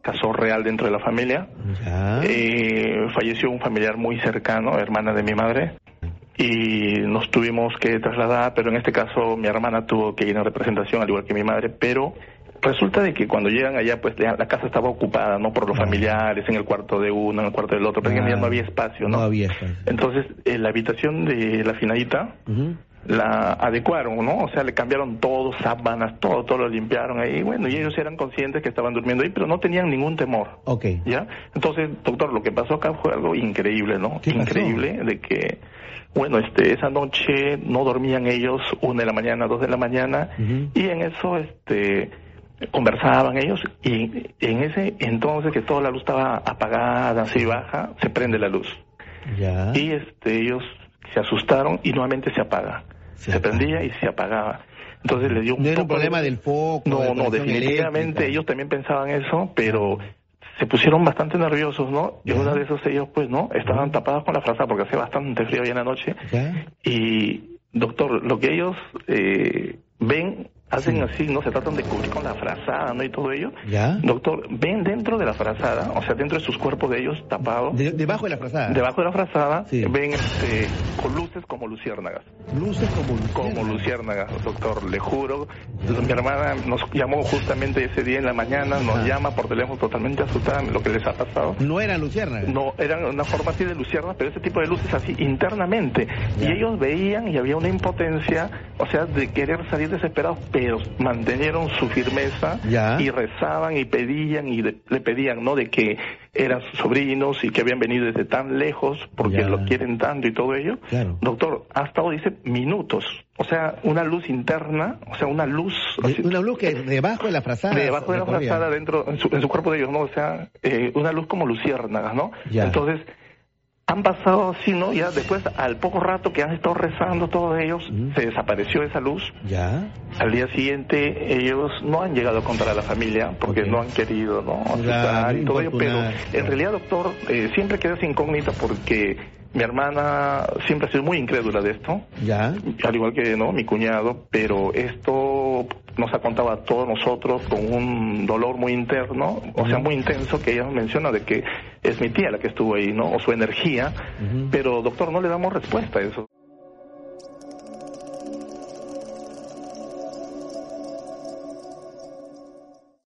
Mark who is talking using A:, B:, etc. A: caso real dentro de la familia.
B: Ah.
A: Eh, falleció un familiar muy cercano, hermana de mi madre, y nos tuvimos que trasladar, pero en este caso mi hermana tuvo que ir en representación, al igual que mi madre, pero resulta de que cuando llegan allá, pues la casa estaba ocupada, ¿no? Por los
B: Ah.
A: familiares, en el cuarto de uno, en el cuarto del otro, prácticamente
B: Ah.
A: ya no había espacio, ¿no?
B: No había espacio.
A: Entonces, eh, la habitación de la finadita
B: Ujú.
A: la adecuaron, ¿no? O sea, le cambiaron todo, sábanas, todo, todo lo limpiaron ahí. Bueno, y ellos eran conscientes que estaban durmiendo ahí, pero no tenían ningún temor.
B: Ok.
A: ¿Ya? Entonces, doctor, lo que pasó acá fue algo increíble, ¿no?
B: ¿Qué pasó?
A: Increíble de que, bueno, este, esa noche no dormían ellos, una de la mañana, dos de la mañana,
B: Ujú.
A: y en eso, este, conversaban ellos, y en ese entonces que toda la luz estaba apagada, así baja, se prende la luz.
B: Ya.
A: Y este, ellos se asustaron y nuevamente se apaga.
B: Se
A: Se,
B: apaga.
A: prendía y se apagaba. Entonces les dio un
B: No era un
A: poco de-
B: problema del foco. de
A: No, no,
B: conexión
A: definitivamente
B: eléctrica.
A: ellos también pensaban eso, pero se pusieron bastante nerviosos, ¿no? Y
B: Ya.
A: una de esos ellos, pues, ¿no? Estaban tapados con la frazada porque hacía bastante frío ya en la noche.
B: Ya.
A: Y, doctor, lo que ellos eh, ven, hacen así, ¿no? Se tratan de cubrir con la frazada, ¿no? Y todo ello.
B: Ya.
A: Doctor, ven dentro de la frazada, o sea, dentro de sus cuerpos de ellos tapados.
B: De- debajo de la frazada.
A: Debajo de la frazada
B: Sí.
A: ven este, con luces como luciérnagas.
B: Luces como luciérnagas.
A: Como luciérnagas, doctor, le juro. Mi hermana nos llamó justamente ese día en la mañana, nos
B: Ajá.
A: llama por teléfono totalmente asustada lo que les ha pasado.
B: No eran luciérnagas.
A: No, eran una forma así de luciérnagas, pero ese tipo de luces así internamente.
B: Ya.
A: Y ellos veían y había una impotencia, o sea, de querer salir desesperados, pero mantenieron su firmeza
B: Ya.
A: y rezaban y pedían y de- le pedían, ¿no? De que eran sus sobrinos y que habían venido desde tan lejos porque
B: Ya.
A: lo quieren tanto y todo ello.
B: Claro.
A: Doctor, ha estado, dice, minutos. O sea, una luz interna, o sea, una luz.
B: De-
A: así-
B: una luz que debajo de la frazada.
A: Debajo de la
B: recorría.
A: frazada, dentro, en su, en su cuerpo de ellos, ¿no? O sea, eh, una luz como luciérnagas, ¿no?
B: Ya.
A: Entonces, han pasado así, ¿no? Ya después, al poco rato que han estado rezando todos ellos,
B: Mm.
A: se desapareció esa luz.
B: Ya.
A: Al día siguiente, ellos no han llegado a contar a la familia porque
B: Ok.
A: no han querido, ¿no?
B: Claro,
A: Asustar y todo ello, pero
B: importunar.
A: en realidad, doctor, eh, siempre quedas incógnita porque mi hermana siempre ha sido muy incrédula de esto
B: Ya.
A: al igual que no mi cuñado, pero esto nos ha contado a todos nosotros con un dolor muy interno, o sea, muy intenso, que ella menciona de que es mi tía la que estuvo ahí, ¿no? O su energía,
B: Ujú.
A: pero doctor, no le damos respuesta a eso.